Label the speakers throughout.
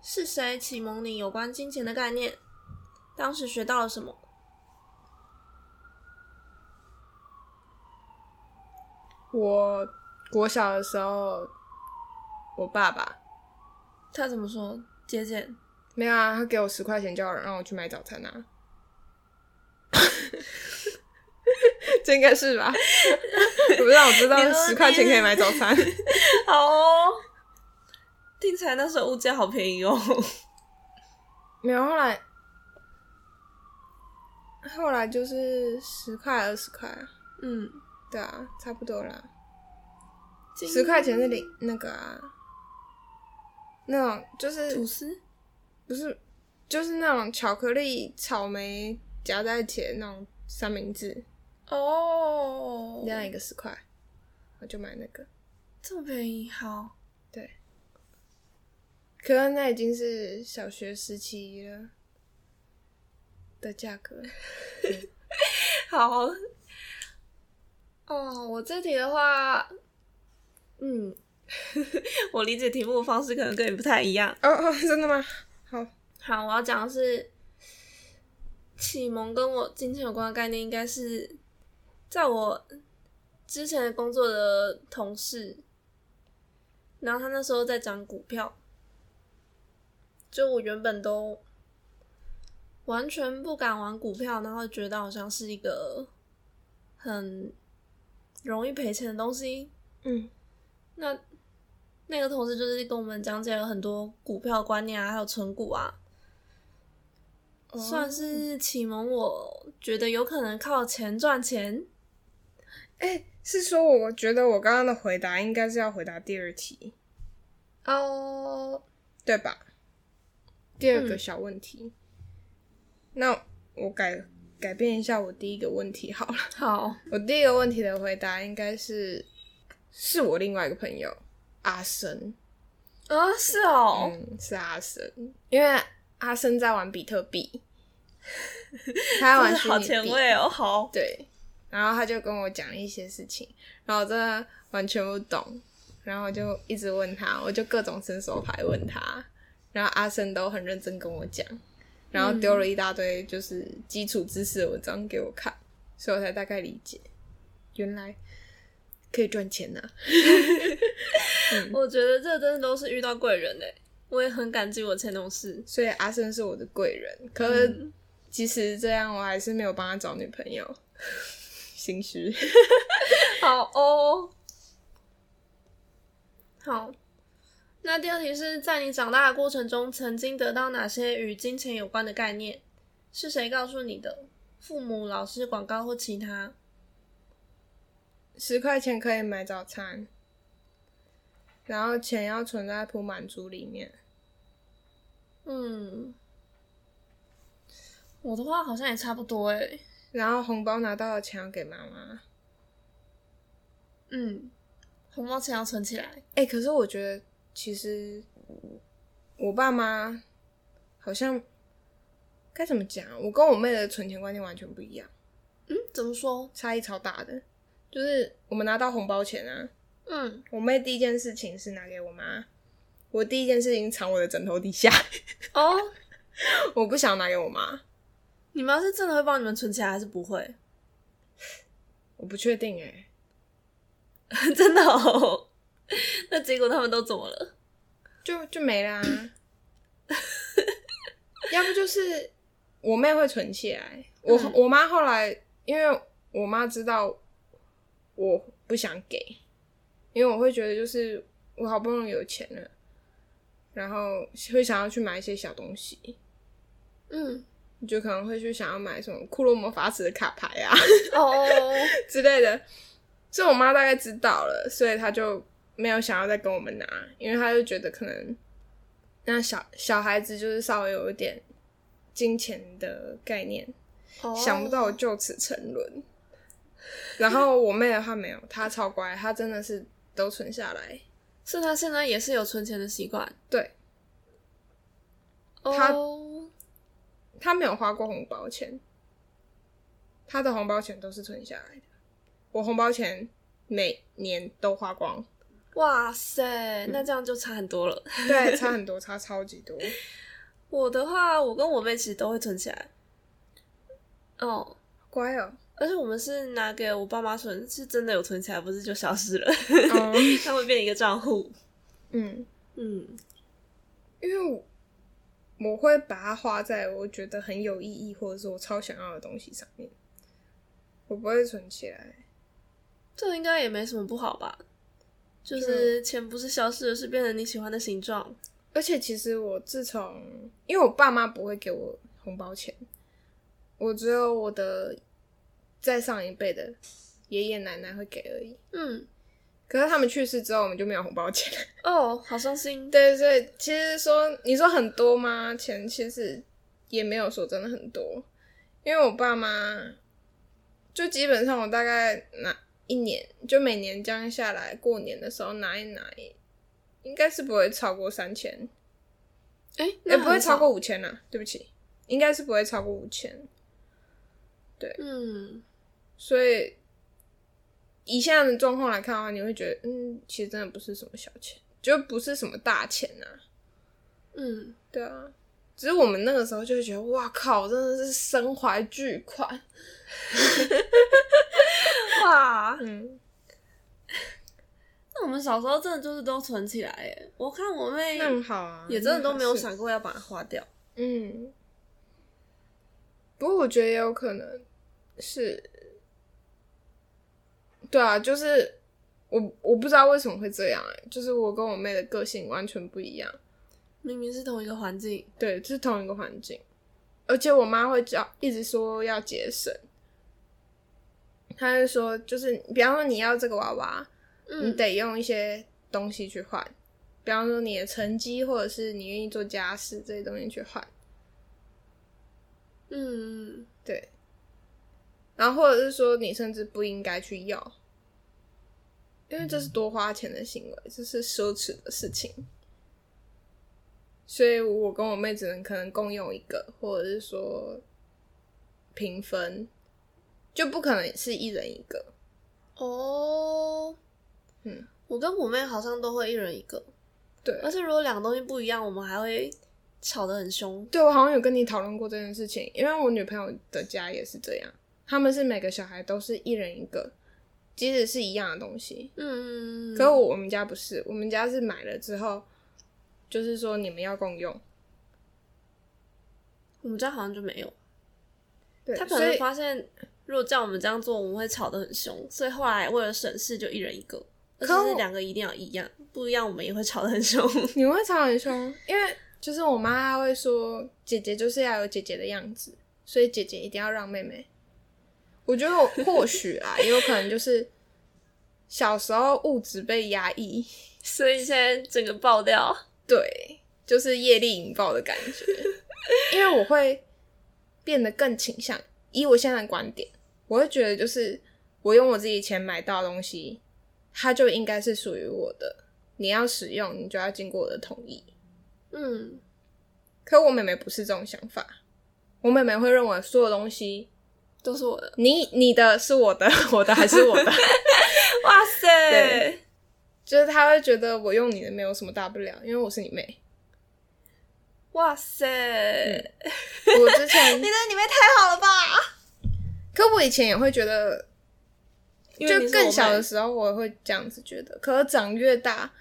Speaker 1: 是谁启蒙你有关金钱的概念？当时学到了什么？
Speaker 2: 我国小的时候，我爸爸
Speaker 1: 他怎么说？节俭？
Speaker 2: 没有啊，他给我十块钱，叫我让我去买早餐啊。 这应该是吧？我不让我知道
Speaker 1: 你说
Speaker 2: 十块钱
Speaker 1: 你
Speaker 2: 可以买早餐。
Speaker 1: 好哦，听起来那时候物价好便宜哦。
Speaker 2: 没有，后来后来就是十块二十块啊，
Speaker 1: 嗯，
Speaker 2: 对啊，差不多啦。
Speaker 1: 金
Speaker 2: 十块钱是零那个啊，那种就是
Speaker 1: 吐司，
Speaker 2: 不是，就是那种巧克力、草莓夹在一起的那种三明治，
Speaker 1: 哦
Speaker 2: 这样一个十块，我就买那个。
Speaker 1: 这么便宜，好，
Speaker 2: 对，可是那已经是小学时期了的价格。
Speaker 1: 好。哦，我这题的话，嗯， 我理解题目的方式可能跟你不太一样。
Speaker 2: 哦哦，真的吗？好，
Speaker 1: 好，我要讲的是启蒙跟我金钱有关的概念，应该是在我之前工作的同事，然后他那时候在讲股票，就我原本都完全不敢玩股票，然后觉得好像是一个很容易赔钱的东西，
Speaker 2: 嗯
Speaker 1: 那那个同事就是跟我们讲解了很多股票观念啊，还有存股啊，
Speaker 2: 哦
Speaker 1: 算是启蒙我觉得有可能靠钱赚钱。
Speaker 2: 哎、是说我觉得我刚刚的回答应该是要回答第二题，
Speaker 1: 哦，
Speaker 2: 对吧？第二个
Speaker 1: 嗯
Speaker 2: 小问题，那我改改变一下我第一个问题好了。
Speaker 1: 好，
Speaker 2: 我第一个问题的回答应该是，是我另外一个朋友阿生，
Speaker 1: 啊，是哦，
Speaker 2: 嗯，是阿生，因为阿生在玩比特币， 他
Speaker 1: 真
Speaker 2: 在玩
Speaker 1: 的
Speaker 2: 虚
Speaker 1: 好
Speaker 2: 拟
Speaker 1: 前
Speaker 2: 币
Speaker 1: 卫哦，好，
Speaker 2: 对，然后他就跟我讲一些事情，然后我真的完全不懂，然后我就一直问他，我就各种伸手牌问他，然后阿生都很认真跟我讲，然后丢了一大堆就是基础知识的文章给我看，所以我才大概理解，原来可以赚钱啊呐、
Speaker 1: 我觉得这真的都是遇到贵人哎，我也很感激我前同事。
Speaker 2: 所以阿生是我的贵人，可是即使这样，我还是没有帮他找女朋友，心虚。
Speaker 1: 好哦，好。那第二题是在你长大的过程中，曾经得到哪些与金钱有关的概念？是谁告诉你的？父母、老师、广告或其他？
Speaker 2: 十块钱可以买早餐，然后钱要存在铺满足里面。
Speaker 1: 嗯，我的话好像也差不多哎、
Speaker 2: 然后红包拿到的钱要给妈妈。
Speaker 1: 嗯，红包钱要存起来。
Speaker 2: 哎、可是我觉得其实我爸妈好像该怎么讲啊？我跟我妹的存钱观念完全不一样，
Speaker 1: 嗯，怎么说？
Speaker 2: 差异超大的。就是我们拿到红包钱啊，
Speaker 1: 嗯，
Speaker 2: 我妹第一件事情是拿给我妈，我第一件事情藏我的枕头底下，
Speaker 1: 哦，
Speaker 2: 我不想拿给我妈。
Speaker 1: 你妈是真的会帮你们存起来，还是不会？
Speaker 2: 我不确定哎、
Speaker 1: 真的哦。 那结果他们都怎么了？
Speaker 2: 就就没啦、要不就是我妹会存起来，我、
Speaker 1: 嗯
Speaker 2: 我妈后来因为我妈知道我不想给，因为我会觉得就是我好不容易有钱了，然后会想要去买一些小东西，
Speaker 1: 嗯，
Speaker 2: 就可能会去想要买什么库洛魔法使的卡牌啊
Speaker 1: 哦，
Speaker 2: 之类的。所以我妈大概知道了，所以她就没有想要再跟我们拿，因为她就觉得可能那小小孩子就是稍微有一点金钱的概念，
Speaker 1: 哦
Speaker 2: 想不到我就此沉沦。然后我妹的话没有，她超乖，她真的是都存下来。
Speaker 1: 是他现在也是有存钱的习惯。
Speaker 2: 对，他
Speaker 1: 哦，
Speaker 2: 她没有花过红包钱，她的红包钱都是存下来的。我红包钱每年都花光，
Speaker 1: 哇塞，
Speaker 2: 嗯
Speaker 1: 那这样就差很多了。
Speaker 2: 对，差很多，差超级多。
Speaker 1: 我的话，我跟我妹其实都会存起来。哦，
Speaker 2: 乖哦，
Speaker 1: 而且我们是拿给我爸妈存，是真的有存起来，不是就消失了，
Speaker 2: 哦
Speaker 1: 它会变一个账户。
Speaker 2: 嗯，
Speaker 1: 嗯，
Speaker 2: 因为我我会把它花在我觉得很有意义或者是我超想要的东西上面，我不会存起来。
Speaker 1: 这应该也没什么不好吧？就是钱不是消失了，是变成你喜欢的形状。
Speaker 2: 而且其实我自从，因为我爸妈不会给我红包钱，我只有我的再上一辈的爷爷奶奶会给而已。
Speaker 1: 嗯，
Speaker 2: 可是他们去世之后，我们就没有红包钱了。
Speaker 1: 哦，好伤心。
Speaker 2: 对，所以其实说你说很多吗？钱其实也没有说真的很多，因为我爸妈就基本上我大概拿一年，就每年这样下来，过年的时候拿一拿，应该是不会超过三千。
Speaker 1: 哎、
Speaker 2: 也、
Speaker 1: 那
Speaker 2: 不会
Speaker 1: 很少
Speaker 2: 超过。五千啦，对不起，应该是不会超过五千。
Speaker 1: 嗯，
Speaker 2: 所以以现在的状况来看的话，你会觉得，嗯，其实真的不是什么小钱，就不是什么大钱啊呐、
Speaker 1: 嗯，
Speaker 2: 对啊，只是我们那个时候就会觉得，哇靠，真的是身怀巨款。
Speaker 1: 哇，
Speaker 2: 嗯，
Speaker 1: 那我们小时候真的就是都存起来耶。我看我妹
Speaker 2: 那很好啊，
Speaker 1: 也真的都没有
Speaker 2: 那很好
Speaker 1: 想过要把它花掉。
Speaker 2: 嗯，不过我觉得也有可能是，对啊，就是我我不知道为什么会这样、欸，就是我跟我妹的个性完全不一样，
Speaker 1: 明明是同一个环境，
Speaker 2: 对，是同一个环境，而且我妈会叫一直说要节省，她就说就是比方说你要这个娃娃，你
Speaker 1: 嗯，
Speaker 2: 得用一些东西去换，比方说你的成绩或者是你愿意做家事这些东西去换。
Speaker 1: 嗯，
Speaker 2: 对，然后或者是说你甚至不应该去要，因为这是多花钱的行为，这是奢侈的事情。所以我跟我妹只能可能共用一个，或者是说平分，就不可能是一人一个。
Speaker 1: 哦，
Speaker 2: 嗯，
Speaker 1: 我跟我妹好像都会一人一个，
Speaker 2: 对，
Speaker 1: 而且如果两个东西不一样，我们还会吵得很凶。
Speaker 2: 对我好像有跟你讨论过这件事情，因为我女朋友的家也是这样，他们是每个小孩都是一人一个，即使是一样的东西，
Speaker 1: 嗯，
Speaker 2: 可我我们家不是，我们家是买了之后，就是说你们要共用。
Speaker 1: 我们家好像就没有。
Speaker 2: 对
Speaker 1: 他可
Speaker 2: 所
Speaker 1: 能
Speaker 2: 以
Speaker 1: 发现，如果叫我们这样做，我们会吵得很凶，所以后来为了省事，就一人一个，而且
Speaker 2: 可
Speaker 1: 是
Speaker 2: 我
Speaker 1: 两个一定要一样，不一样我们也会吵得很凶。
Speaker 2: 你们会吵很凶，因为就是我妈会说，姐姐就是要有姐姐的样子，所以姐姐一定要让妹妹。我觉得我或许啊，也有可能就是小时候物质被压抑，
Speaker 1: 所以现在整个爆掉，
Speaker 2: 对，就是业力引爆的感觉。 因为我会变得更倾向，以我现在的观点，我会觉得就是我用我自己钱买到的东西，它就应该是属于我的。你要使用，你就要经过我的同意。
Speaker 1: 嗯，
Speaker 2: 可我妹妹不是这种想法，我妹妹会认为所有东西，
Speaker 1: 都是我的。
Speaker 2: 你你的是我的，我的还是我的，
Speaker 1: 哇塞
Speaker 2: 对， 就是她会觉得我用你的没有什么大不了，因为我是你妹。
Speaker 1: 哇塞，
Speaker 2: 我之前
Speaker 1: 你的你妹太好了吧？
Speaker 2: 可我以前也会觉得，
Speaker 1: 因
Speaker 2: 就
Speaker 1: 为你是我
Speaker 2: 更小
Speaker 1: 妹
Speaker 2: 的时候我会这样子觉得，可是长越大，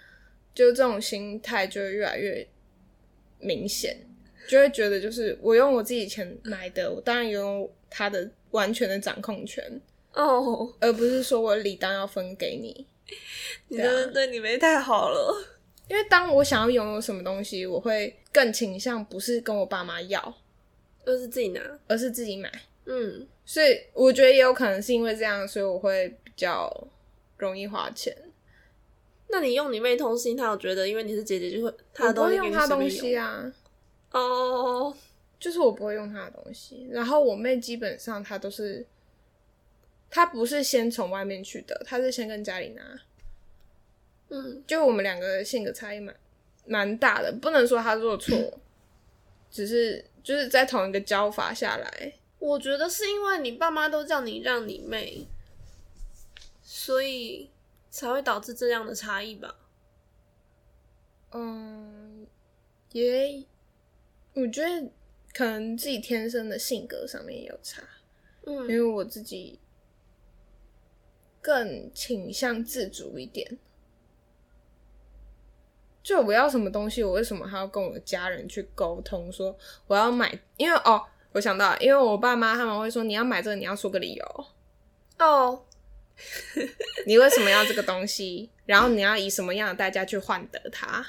Speaker 2: 就这种心态就会越来越明显，就会觉得就是我用我自己钱买的，我当然拥有他的完全的掌控权，
Speaker 1: 哦，
Speaker 2: 而不是说我理当要分给你。
Speaker 1: 你真的对你啊妹太好了。
Speaker 2: 因为当我想要拥有什么东西，我会更倾向不是跟我爸妈要，
Speaker 1: 又是自己拿，
Speaker 2: 而是自己买。
Speaker 1: 嗯，
Speaker 2: 所以我觉得也有可能是因为这样，所以我会比较容易花钱。
Speaker 1: 那你用你妹通信，她有觉得因为你是姐姐，就会她
Speaker 2: 我
Speaker 1: 的
Speaker 2: 不
Speaker 1: 东
Speaker 2: 会
Speaker 1: 西给
Speaker 2: 用
Speaker 1: 你
Speaker 2: 他
Speaker 1: 随
Speaker 2: 东
Speaker 1: 便
Speaker 2: 西
Speaker 1: 用
Speaker 2: 啊，
Speaker 1: 哦，
Speaker 2: 就是我不会用他的东西。然后我妹基本上她都是，她不是先从外面去的，她是先跟家里拿。
Speaker 1: 嗯
Speaker 2: 就我们两个性格差异蛮蛮大的，不能说她做错，只是就是在同一个教法下来，
Speaker 1: 我觉得是因为你爸妈都叫你让你妹，所以才会导致这样的差异吧。
Speaker 2: 嗯，也，我觉得可能自己天生的性格上面也有差，因
Speaker 1: 嗯
Speaker 2: 为我自己更倾向自主一点。就我要什么东西，我为什么还要跟我的家人去沟通？说我要买，因为哦，我想到了，因为我爸妈他们会说你要买这个，你要说个理由，
Speaker 1: 哦，
Speaker 2: 你为什么要这个东西，然后你要以什么样的代价去换得它。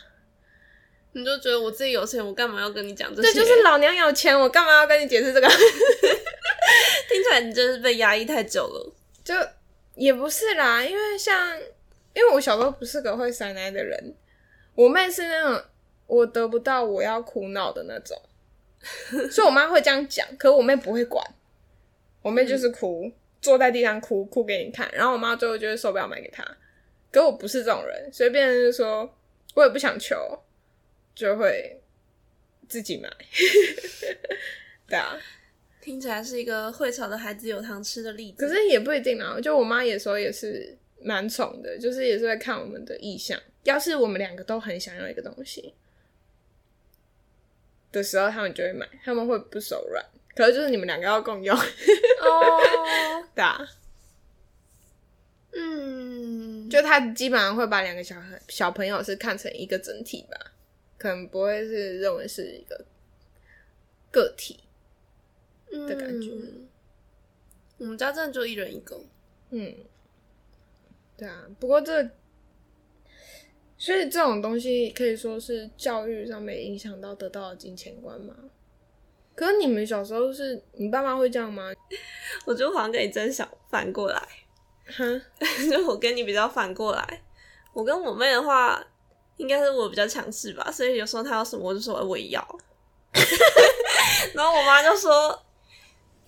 Speaker 1: 你就觉得我自己有钱，我干嘛要跟你 讲这些？
Speaker 2: 这 就是老娘有钱，我干嘛要跟你解释这个？
Speaker 1: 听起来你真是被压抑太久了。
Speaker 2: 就也不是啦，因为像因为我小时候不是个会塞奶的人，我妹是那种我得不到我要哭闹的那种， 所以我妈会这样讲，可我妹不会管，我妹就是哭，坐在地上哭，哭给你看，然后我妈最后就会手表买给她，可我不是这种人，所以变成是说我也不想求，就会自己买， 对啊。
Speaker 1: 听起来是一个会吵的孩子有糖吃的例子。
Speaker 2: 可是也不一定啊啦，就我妈有时候也是蛮宠的，就是也是会看我们的意向。要是我们两个都很想要一个东西的时候，他们就会买，他们会不手软。可是就是你们两个要共用
Speaker 1: 哦，
Speaker 2: 的、啊，
Speaker 1: 嗯，
Speaker 2: 就他基本上会把两个小孩小朋友是看成一个整体吧，可能不会是认为是一个个体。的感觉
Speaker 1: 嗯我们家真的就一人一个，
Speaker 2: 嗯，对啊，不过这，所以这种东西可以说是教育上面影响到得到的金钱观嘛。可是你们小时候是你爸妈会这样吗？
Speaker 1: 我就好像跟你真相反过来，
Speaker 2: 哈，
Speaker 1: 就我跟你比较反过来。我跟我妹的话，应该是我比较强势吧，所以有时候她要什么，我就说哎我也要。 然后我妈就说，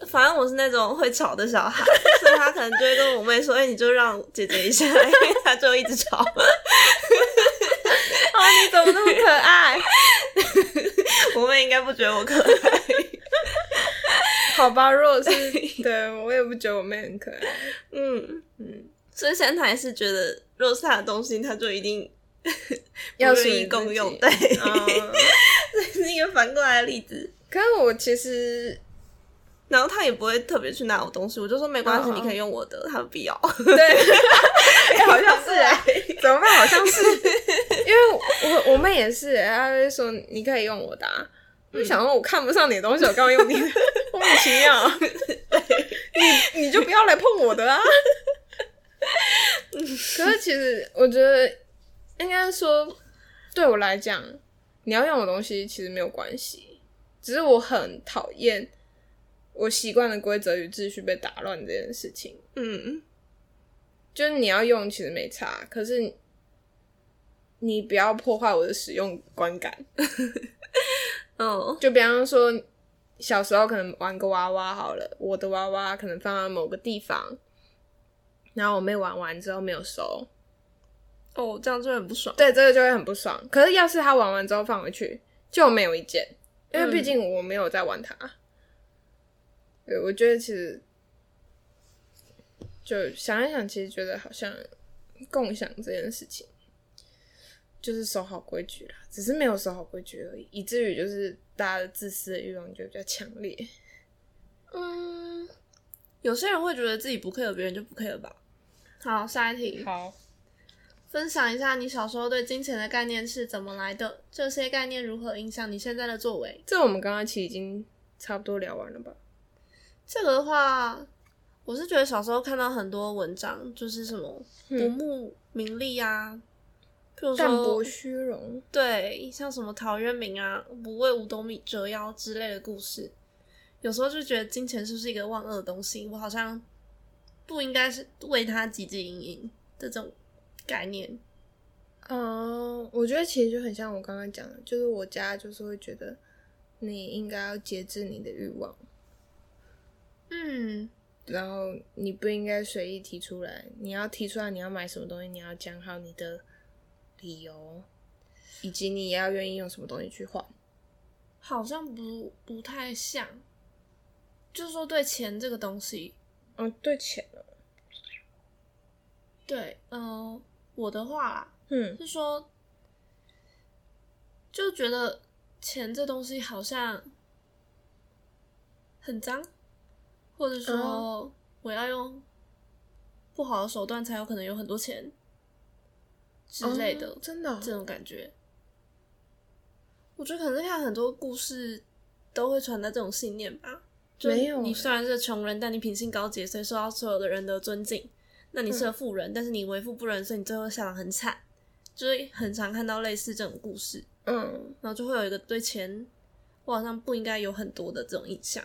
Speaker 1: 反正我是那种会吵的小孩，所以她可能就会跟我妹说：“哎、你就让姐姐一下，因为她就一直吵。”
Speaker 2: 哦，你怎么那么可爱？
Speaker 1: 我妹应该不觉得我可爱。
Speaker 2: 好吧，如果是对我也不觉得我妹很可爱。
Speaker 1: 嗯嗯，所以现在她也是觉得，如果是她的东西，她就一定
Speaker 2: 要
Speaker 1: 不
Speaker 2: 属于
Speaker 1: 愿意共用。
Speaker 2: 自
Speaker 1: 对，
Speaker 2: 嗯，
Speaker 1: 这是一个反过来的例子。
Speaker 2: 可是我其实
Speaker 1: 然后她也不会特别去拿我东西，我就说没关系，
Speaker 2: 嗯嗯
Speaker 1: 你可以用我的，她不要。
Speaker 2: 对，好像是 哎、 怎么办？好像是，因为我我妹也是、欸，她就说你可以用我的、啊。我就想说，我看不上你的东西，我干嘛用你的？莫名其 妙。你你就不要来碰我的啊！可是其实我觉得，应该说对我来讲，你要用我东西其实没有关系，只是我很讨厌我习惯的规则与秩序被打乱这件事情。
Speaker 1: 嗯
Speaker 2: 就是你要用其实没差，可是你你不要破坏我的使用观感。
Speaker 1: 哦
Speaker 2: 就比方说，小时候可能玩个娃娃好了，我的娃娃可能放在某个地方，然后我妹玩完之后没有收，
Speaker 1: 哦，这样就很不爽。
Speaker 2: 对这个就会很不爽。可是要是她玩完之后放回去，就没有意见，因为毕竟我没有在玩它。对，我觉得其实就想一想，其实觉得好像共享这件事情，就是守好规矩啦，只是没有守好规矩而已，以至于就是大家的自私的欲望就比较强烈。
Speaker 1: 嗯，有些人会觉得自己不 care 别人就不 care 吧。好，下一题。
Speaker 2: 好，
Speaker 1: 分享一下你小时候对金钱的概念是怎么来的？这些概念如何影响你现在的作为？
Speaker 2: 这我们刚刚其实已经差不多聊完了吧？
Speaker 1: 这个的话，我是觉得小时候看到很多文章，就是什么不
Speaker 2: 嗯
Speaker 1: 慕名利啊，譬如
Speaker 2: 淡泊
Speaker 1: 说
Speaker 2: 虚荣，
Speaker 1: 对，像什么陶渊明啊“不为五斗米折腰”之类的故事，有时候就觉得金钱是不是一个万恶的东西？我好像不应该是为它汲汲营营这种概念。
Speaker 2: 嗯，我觉得其实就很像我刚刚讲的，就是我家就是会觉得你应该要节制你的欲望，
Speaker 1: 嗯，
Speaker 2: 然后你不应该随意提出来，你要提出来你要买什么东西，你要讲好你的理由，以及你要愿意用什么东西去换。
Speaker 1: 好像不不太像，就是说对钱这个东西，哦
Speaker 2: 嗯，对钱了，
Speaker 1: 呃对，嗯、我的话啦
Speaker 2: 嗯
Speaker 1: 是说，就觉得钱这东西好像很脏，或者说
Speaker 2: 哦
Speaker 1: 我要用不好的手段才有可能有很多钱之类的，
Speaker 2: 哦真的哦、
Speaker 1: 这种感觉。我觉得可能是看很多故事都会传达这种信念吧。就
Speaker 2: 没有
Speaker 1: 你
Speaker 2: 欸
Speaker 1: 虽然是穷人，但你品性高洁，所以受到所有的人的尊敬。那你是个富人，但是你为富不仁，所以你最后下场很惨。就是很常看到类似这种故事，
Speaker 2: 嗯，
Speaker 1: 然后就会有一个对钱，我好像不应该有很多的这种印象。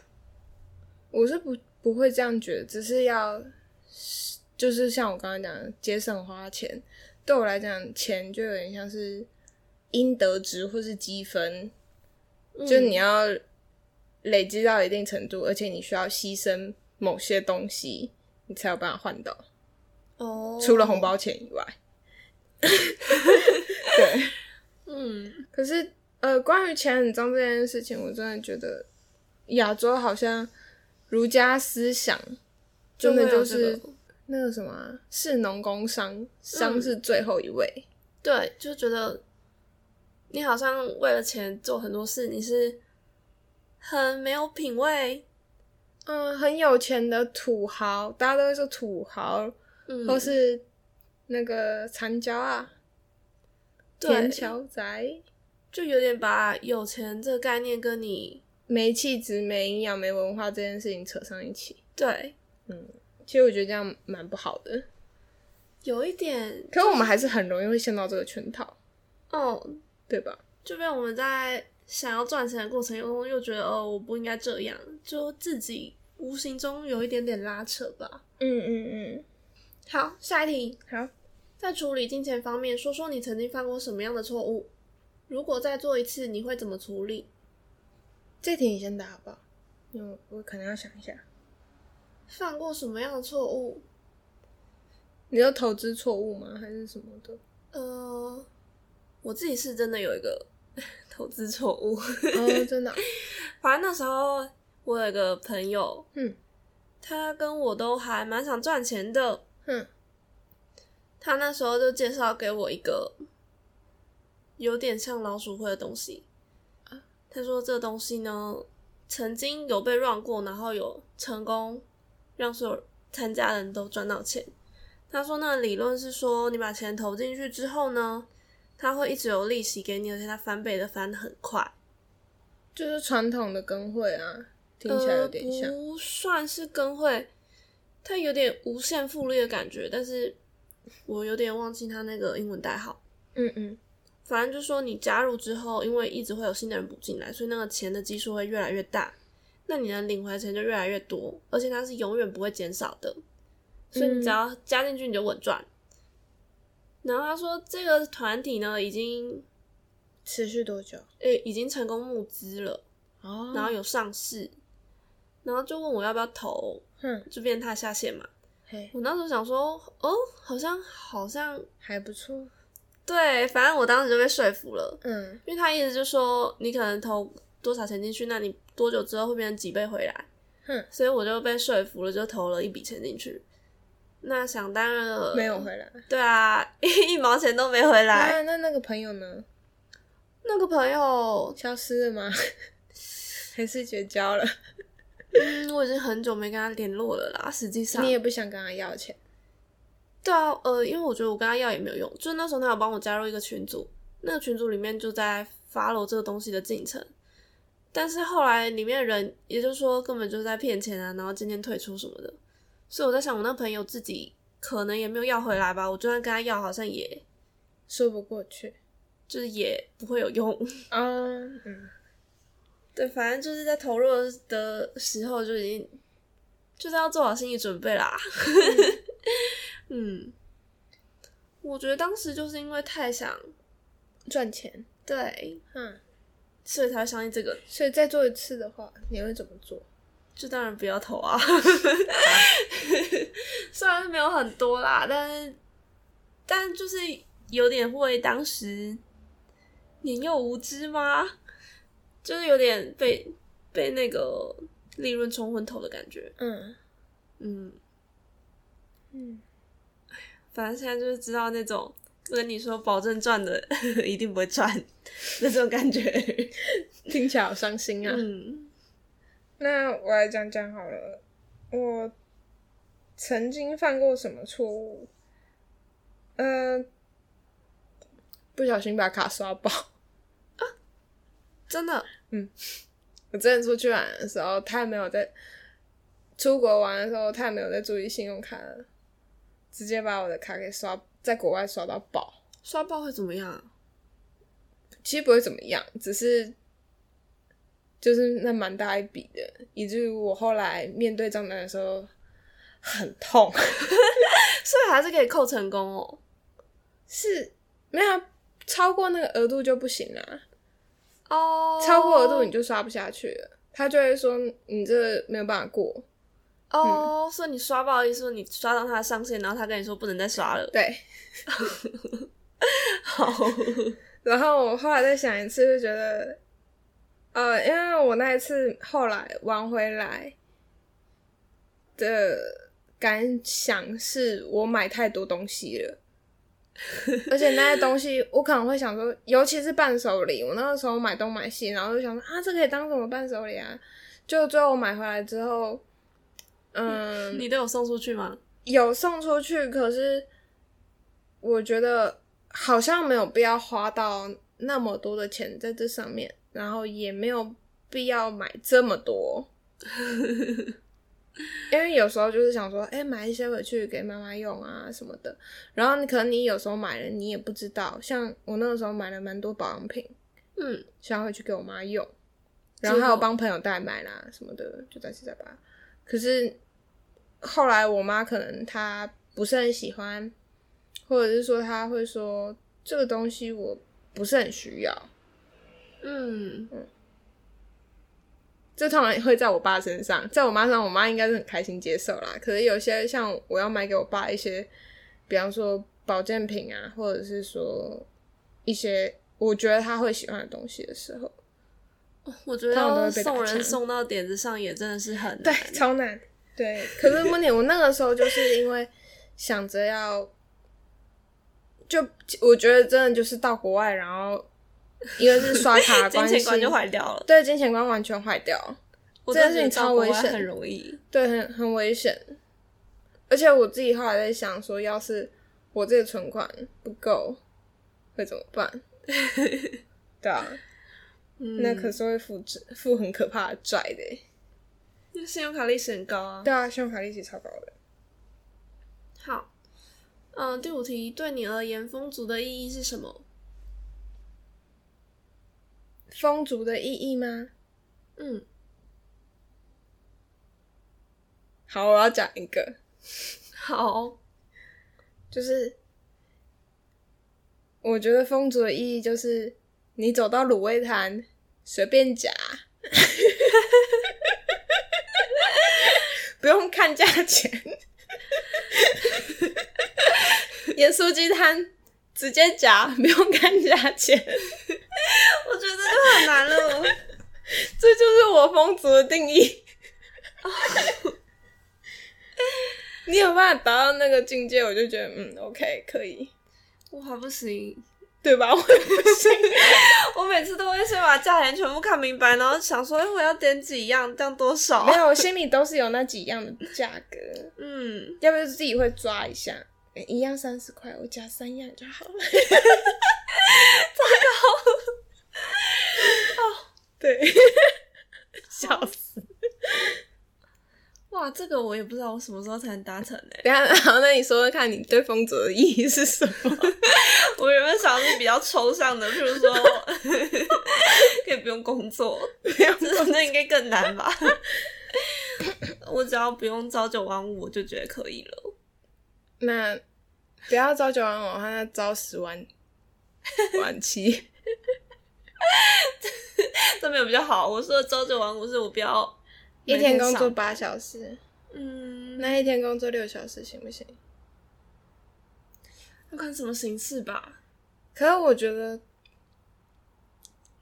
Speaker 2: 我是不不会这样觉得，只是要就是像我刚刚讲的，节省花钱，对我来讲，钱就有点像是应得值或是积分，就你要累积到一定程度，而且你需要牺牲某些东西，你才有办法换到，
Speaker 1: 哦，
Speaker 2: 除了红，包钱以外。 对，
Speaker 1: 嗯，
Speaker 2: 可是呃，关于钱很脏这件事情，我真的觉得亚洲好像儒家思想真的
Speaker 1: 会有
Speaker 2: 就
Speaker 1: 这个
Speaker 2: 是那个什嗯么啊士农工商，商是最后一位。
Speaker 1: 对，就觉得你好像为了钱做很多事，你是很没有品味，
Speaker 2: 嗯，很有钱的土豪，大家都会说土豪，
Speaker 1: 嗯，
Speaker 2: 或是那个残娇啊，
Speaker 1: 对
Speaker 2: 田，乔宅，
Speaker 1: 就有点把有钱这个概念跟你
Speaker 2: 没气质、没营养、没文化这件事情扯上一起。
Speaker 1: 对
Speaker 2: 其实我觉得这样蛮不好的，
Speaker 1: 有一点
Speaker 2: 可是我们还是很容易会陷到这个圈套，
Speaker 1: 哦，
Speaker 2: 对吧？
Speaker 1: 就被我们在想要赚钱的过程中又觉得哦，我不应该这样，就自己无形中有一点点拉扯吧。
Speaker 2: 嗯嗯
Speaker 1: 好，下一题，
Speaker 2: 嗯，好。
Speaker 1: 在处理金钱方面，说说你曾经犯过什么样的错误？如果再做一次，你会怎么处理？
Speaker 2: 这题你先答好不好？因为我我可能要想一下。
Speaker 1: 犯过什么样的错误？
Speaker 2: 你说投资错误吗？还是什么 的？
Speaker 1: 呃，我自己是真的有一个 投资错误。
Speaker 2: 哦，真的啊、
Speaker 1: 反正那时候我有一个朋友，
Speaker 2: 嗯
Speaker 1: 他跟我都还蛮想赚钱的。
Speaker 2: 嗯
Speaker 1: 他那时候就介绍给我一个有点像老鼠会的东西。
Speaker 2: 啊
Speaker 1: 他说这东西呢，曾经有被 run 过，然后有成功让所有参加的人都赚到钱。他说那个理论是说，你把钱投进去之后呢，它会一直有利息给你，而且它翻倍的翻得很快。
Speaker 2: 就是传统的跟会啊，听起来有点
Speaker 1: 呃、
Speaker 2: 像。
Speaker 1: 不算是跟会，它有点无限复利的感觉，但是我有点忘记它那个英文代号。
Speaker 2: 嗯嗯
Speaker 1: 反正就说你加入之后，因为一直会有新的人补进来，所以那个钱的基数会越来越大，那你能领回的钱就越来越多，而且它是永远不会减少的，所以
Speaker 2: 嗯
Speaker 1: 你只要加进去你就稳赚。然后他说，这个团体呢已经
Speaker 2: 持续多久？
Speaker 1: 诶、已经成功募资了，
Speaker 2: 哦
Speaker 1: 然后有上市，然后就问我要不要投，
Speaker 2: 哼，
Speaker 1: 就变态下线嘛。
Speaker 2: 嘿，
Speaker 1: 我那时候想说，哦，好像好像
Speaker 2: 还不错。
Speaker 1: 对，反正我当时就被说服了，
Speaker 2: 嗯
Speaker 1: 因为他意思就说你可能投多少钱进去，那你多久之后会变成几倍回来，
Speaker 2: 哼，
Speaker 1: 所以我就被说服了，就投了一笔钱进去。那想当然了，
Speaker 2: 没有，回啊来。
Speaker 1: 对啊，一一毛钱都没回来。
Speaker 2: 那那那个朋友呢？
Speaker 1: 那个朋友，
Speaker 2: 消失了吗？ 还是绝交了？
Speaker 1: 嗯，我已经很久没跟他联络了啦，实际上
Speaker 2: 你也不想跟他要钱？
Speaker 1: 对啊，呃，因为我觉得我跟他要也没有用，就那时候他有帮我加入一个群组，那个群组里面就在 follow 这个东西的进程，但是后来里面的人也就是说根本就是在骗钱啊，然后今天退出什么的，所以我在想我那朋友自己可能也没有要回来吧，我就算跟他要，好像也
Speaker 2: 说不过去。
Speaker 1: 就是也不会有用。
Speaker 2: 啊，嗯，
Speaker 1: 对，反正就是在投入的时候就已经就是要做好心理准备啦。 嗯，我觉得当时就是因为太想。
Speaker 2: 赚钱。
Speaker 1: 对，
Speaker 2: 嗯，
Speaker 1: 所以才会相信这个，
Speaker 2: 所以再做一次的话，你会怎么做？
Speaker 1: 就当然不要投啊。 虽然是没有很多啦，但是但就是有点为当时年幼无知吗？就是有点被被那个利润冲昏头的感觉。
Speaker 2: 嗯
Speaker 1: 嗯，
Speaker 2: 嗯。
Speaker 1: 反正现在就是知道那种我跟你说，保证赚的 一定不会赚那种感觉。
Speaker 2: 听起来好伤心啊。
Speaker 1: 嗯，
Speaker 2: 那我来讲讲好了，我曾经犯过什么错误？呃，不小心把卡刷爆。
Speaker 1: 真的，
Speaker 2: 我之前出去玩的时候，太没有在出国玩的时候，太没有在注意信用卡了，直接把我的卡给刷，在国外刷到爆。
Speaker 1: 刷爆会怎么样啊？
Speaker 2: 其实不会怎么样，只是就是那蛮大一笔的，以至于我后来面对账单的时候很痛。
Speaker 1: 所以还是可以扣成功哦。
Speaker 2: 是没有啊超过那个额度就不行啦、
Speaker 1: 哦
Speaker 2: 超过额度你就刷不下去了，他就会说你这个没有办法过。嗯
Speaker 1: 哦，所以你刷爆的意思，说你刷到他的上限，然后他跟你说不能再刷了。
Speaker 2: 对，
Speaker 1: 好，
Speaker 2: 然后我后来再想一次，就觉得，呃，因为我那一次后来玩回来的感想是我买太多东西了，而且那些东西我可能会想说，尤其是伴手礼，我那个时候买东买西，然后就想说啊，这可以当什么伴手礼啊？就最后我买回来之后， 嗯，
Speaker 1: 你都有送出去吗？
Speaker 2: 有送出去，可是我觉得好像没有必要花到那么多的钱在这上面，然后也没有必要买这么多，因为有时候就是想说，哎、买一些回去给妈妈用啊什么的。然后你可能你有时候买了，你也不知道，像我那个时候买了蛮多保养品，
Speaker 1: 嗯，
Speaker 2: 想要回去给我妈用，然后还有帮朋友代买啦什么的，就再吃再吧。可是后来我妈可能她不是很喜欢，或者是说她会说这个东西我不是很需要，
Speaker 1: 嗯，
Speaker 2: 这通常会在我爸身上，在我妈身上，我妈应该是很开心接受啦。可是有些像我要买给我爸一些，比方说保健品啊，或者是说一些我觉得他会喜欢的东西的时候，
Speaker 1: 我觉得
Speaker 2: 通常都
Speaker 1: 要
Speaker 2: 会被打
Speaker 1: 送人
Speaker 2: 枪
Speaker 1: 送到点子上也真的是很
Speaker 2: 对
Speaker 1: 难，
Speaker 2: 超难。对，可是问题，我那个时候就是因为想着要，就我觉得真的就是到国外，然后一个是刷卡 的
Speaker 1: 金
Speaker 2: 关系，
Speaker 1: 钱观就坏掉了。
Speaker 2: 对，金钱观完全坏掉，
Speaker 1: 我
Speaker 2: 这
Speaker 1: 真的觉得
Speaker 2: 件事情超
Speaker 1: 到国
Speaker 2: 危
Speaker 1: 外
Speaker 2: 险
Speaker 1: 很容易。
Speaker 2: 对，很很危险。而且我自己后来在想说，要是我这个存款不够，会怎么办？ 对啊，
Speaker 1: 嗯，
Speaker 2: 那可是会负负很可怕的债的欸。
Speaker 1: 那信用卡利息很高啊。
Speaker 2: 对啊，信用卡利息超高的。
Speaker 1: 好，嗯、第五题，对你而言，风族的意义是什么？
Speaker 2: 风族的意义吗？
Speaker 1: 嗯，
Speaker 2: 好，我要讲一个，
Speaker 1: 好，
Speaker 2: 就是我觉得风族的意义就是你走到卤味摊随便夹，不用看价钱。盐酥鸡摊直接夹，不用看价钱，
Speaker 1: 我觉得就很难了。
Speaker 2: 这就是我风族的定义。 你有办法达到那个境界，我就觉得嗯，OK，可以，
Speaker 1: 我还不行，
Speaker 2: 对吧？我也不行。
Speaker 1: 我每次都会先把价钱全部看明白，然后想说，哎，我要点几样，这样多少
Speaker 2: 没？有，我心里都是有那几样的价 格，
Speaker 1: 嗯，
Speaker 2: 要不就是自己会抓一下，诶一样三十块，我加三样就好了。糟糕！ 对， 笑死！
Speaker 1: 哇，这个我也不知道我什么时候才能达成哎、
Speaker 2: 等一下，好，那你说说看你对风族的意义是什 么？
Speaker 1: 我原本想的是比较抽象的，譬如说 可以不用工作， 这那应该更难吧？ 我只要不用朝九晚五，我就觉得可以了。
Speaker 2: 那不要朝九晚五，他招十万晚七。
Speaker 1: 这没有比较好。我说的朝九晚五是我不要
Speaker 2: 一天工作
Speaker 1: 上，
Speaker 2: 八小时，
Speaker 1: 嗯，那
Speaker 2: 那一天工作六小时行不行？
Speaker 1: 要看什么形式吧。
Speaker 2: 可是我觉得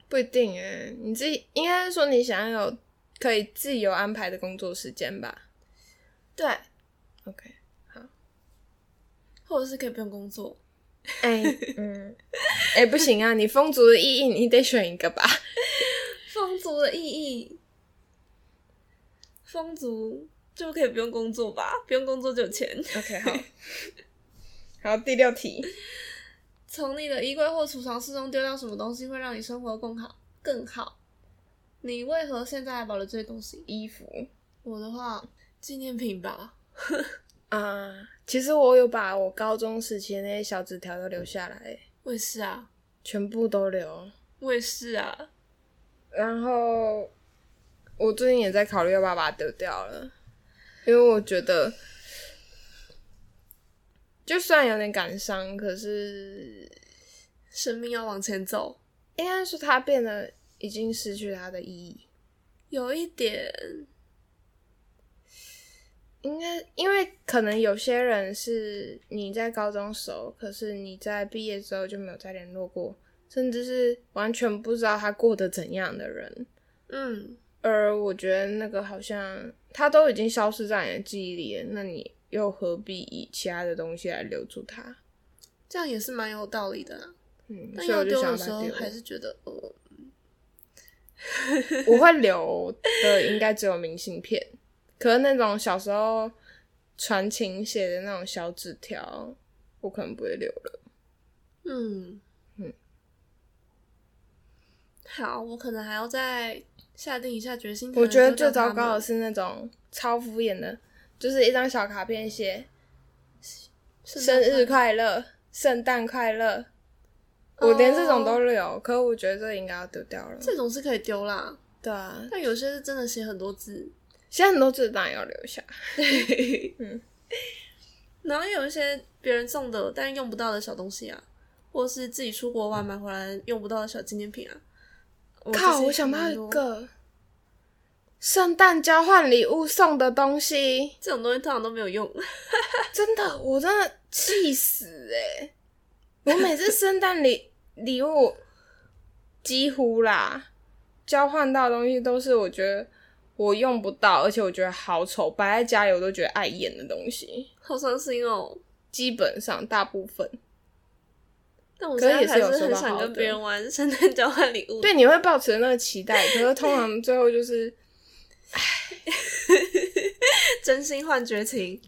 Speaker 2: 不一定哎、你自己应该是说你想要有可以自由安排的工作时间吧
Speaker 1: 对，
Speaker 2: ？OK，
Speaker 1: 或者是可以不用工作，
Speaker 2: 哎、 嗯，哎、不行啊，你风族的意义你得选一个吧。
Speaker 1: 风族的意义，风族就可以不用工作吧？不用工作就有钱。
Speaker 2: OK，好， 好，第六题，
Speaker 1: 从你的衣柜或储藏室中丢掉什么东西会让你生活更好？更好？你为何现在还保留这些东西？
Speaker 2: 衣服
Speaker 1: 我的话，纪念品吧。
Speaker 2: 啊、其实我有把我高中时期的那些小纸条都留下来，
Speaker 1: 我也是啊，
Speaker 2: 全部都留。
Speaker 1: 我也是啊。
Speaker 2: 然后我最近也在考虑要不要把它丢掉了，因为我觉得，就算有点感伤，可是
Speaker 1: 生命要往前走，
Speaker 2: 应该是它变得已经失去它的意义。
Speaker 1: 有一点，
Speaker 2: 应该因为可能有些人是你在高中熟，可是你在毕业之后就没有再联络过，甚至是完全不知道他过得怎样的人。
Speaker 1: 嗯，
Speaker 2: 而我觉得那个好像它都已经消失在你的记忆里了，那你又何必以其他的东西来留住它？
Speaker 1: 这样也是蛮有道理的啊、
Speaker 2: 嗯，所
Speaker 1: 但
Speaker 2: 以我
Speaker 1: 要
Speaker 2: 就
Speaker 1: 丢
Speaker 2: 想
Speaker 1: 的
Speaker 2: 把
Speaker 1: 时
Speaker 2: 它
Speaker 1: 候，
Speaker 2: 丢
Speaker 1: 还
Speaker 2: 了。
Speaker 1: 是觉得呃，
Speaker 2: 我会留的应该只有明信片，可是那种小时候传情写的那种小纸条，我可能不会留了。
Speaker 1: 嗯
Speaker 2: 嗯，
Speaker 1: 好，我可能还要再下定一下决心。
Speaker 2: 我觉得最
Speaker 1: 就
Speaker 2: 糟糕的是那种超敷衍的，就是一张小卡片写生日快乐、圣诞快乐。我连这种都留可是我觉得这应该要丢掉了。
Speaker 1: 哦这种是可以丢啦，
Speaker 2: 对啊，
Speaker 1: 但有些是真的写很多字，
Speaker 2: 现在很多字当然要留下。
Speaker 1: 然后有一些别人送的但用不到的小东西啊，或是自己出国玩买回来用不到的小纪念品啊。
Speaker 2: 靠，我想到一，个，圣诞交换礼物送的东 西，
Speaker 1: 这种东西通常都没有用。
Speaker 2: 真的，我真的气死哎、我每次圣诞礼礼物几乎啦，交换到的东西都是我觉得我用不到，而且我觉得好丑，摆在家里我都觉得碍眼的东西，
Speaker 1: 好伤心哦。
Speaker 2: 基本上大部分。
Speaker 1: 但我
Speaker 2: 可
Speaker 1: 现在
Speaker 2: 是也
Speaker 1: 还
Speaker 2: 是有
Speaker 1: 是
Speaker 2: 收
Speaker 1: 很
Speaker 2: 到好
Speaker 1: 想
Speaker 2: 的
Speaker 1: 跟别人玩圣诞交换礼物。
Speaker 2: 对，你会抱持那个期待，可是通常最后就是。
Speaker 1: 真心换绝情，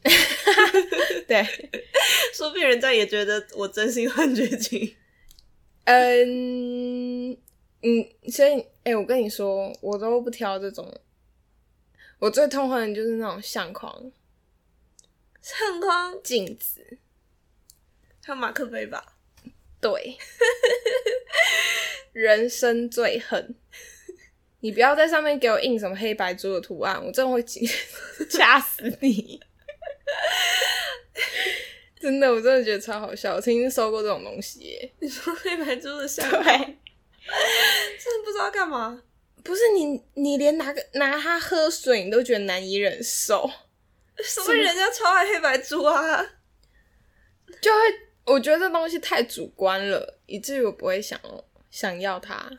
Speaker 2: 对，
Speaker 1: 说不定人家也觉得我真心换绝情。
Speaker 2: 嗯嗯，所以哎、我跟你说，我都不挑这种。我最痛恨的就是那种相框、
Speaker 1: 相框
Speaker 2: 镜子，
Speaker 1: 还有马克杯吧，
Speaker 2: 对， 人生最恨。你不要在上面给我印什么黑白猪的图案，我真的会 气掐死你！真的，我真的觉得超好笑。我曾经收过这种东西耶，
Speaker 1: 你说黑白猪的相框，
Speaker 2: 对。
Speaker 1: 真的不知道干嘛。
Speaker 2: 不是你，你连拿个拿它喝水，你都觉得难以忍受，
Speaker 1: 说不定人家超爱黑白猪啊，
Speaker 2: 就会我觉得这东西太主观了，以至于我不会想想要它。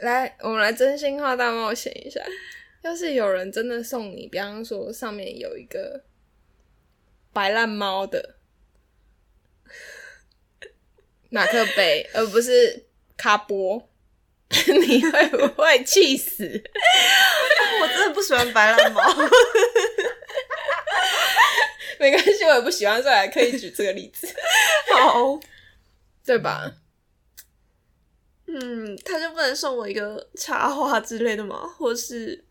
Speaker 2: 来，我们来真心话大冒险一下。要是有人真的送你，比方说上面有一个白烂猫的 马克杯，而不是卡波，你会不会气死？
Speaker 1: 我真的不喜欢白烂猫。
Speaker 2: 没关系，我也不喜欢，所以还可以举这个例子，
Speaker 1: 好，
Speaker 2: 对吧？
Speaker 1: 嗯，他就不能送我一个插画之类的吗？或是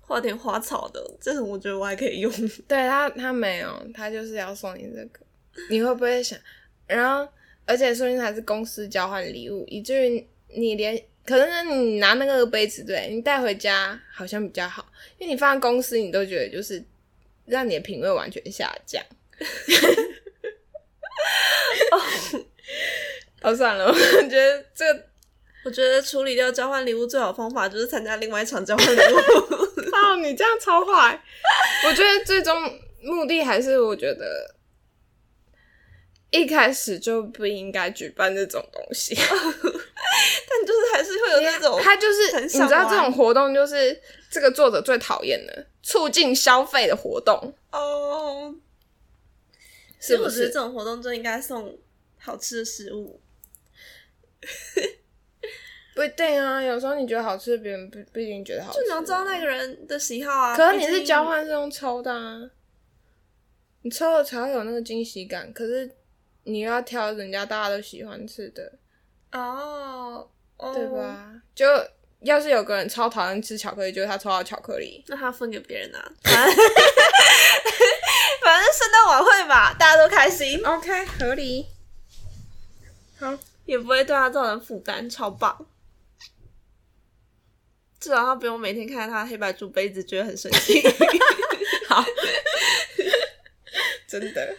Speaker 1: 画点花草的，这种我觉得我还可以用。
Speaker 2: 对他，他没有，他就是要送你这个，你会不会想？然后，而且说不定还是公司交换礼物，以至于你连可能你拿那个杯子，对你带回家好像比较好，因为你放在公司，你都觉得就是让你的品味完全下降。 哦，算了，我觉得这个
Speaker 1: 我觉得处理掉交换礼物最好方法就是参加另外一场交换礼物。
Speaker 2: 哦，你这样超坏。我觉得最终目的还是，我觉得一开始就不应该举办这种东西。
Speaker 1: 但就是还是会有 那种，
Speaker 2: 他就是
Speaker 1: 很
Speaker 2: 你知
Speaker 1: 想玩
Speaker 2: 道这种活动，就是这个作者最讨厌的促进消费的活动。
Speaker 1: 哦，所
Speaker 2: 是
Speaker 1: 以我
Speaker 2: 不
Speaker 1: 觉得
Speaker 2: 是
Speaker 1: 这？种活动就应该送好吃的食物。
Speaker 2: 不一定啊，有时候你觉得好吃，别人不不一定觉得好吃。
Speaker 1: 就你要知道那个人的喜好啊。
Speaker 2: 可
Speaker 1: 毕
Speaker 2: 是你
Speaker 1: 竟
Speaker 2: 是交，换是用抽的啊，你抽了才会有那个惊喜感。可是你又要挑人家大家都喜欢吃的，
Speaker 1: 哦，哦
Speaker 2: 对？吧？就要是有个人超讨厌吃巧克力，就是他抽到巧克力，
Speaker 1: 那他分给别人啊，反 正反正圣诞晚会嘛，大家都开心，
Speaker 2: ，OK，合理。好，
Speaker 1: 也不会对他造成负担，超棒。至少他不用每天看他黑白猪杯子，觉得很生气。
Speaker 2: 好，真的。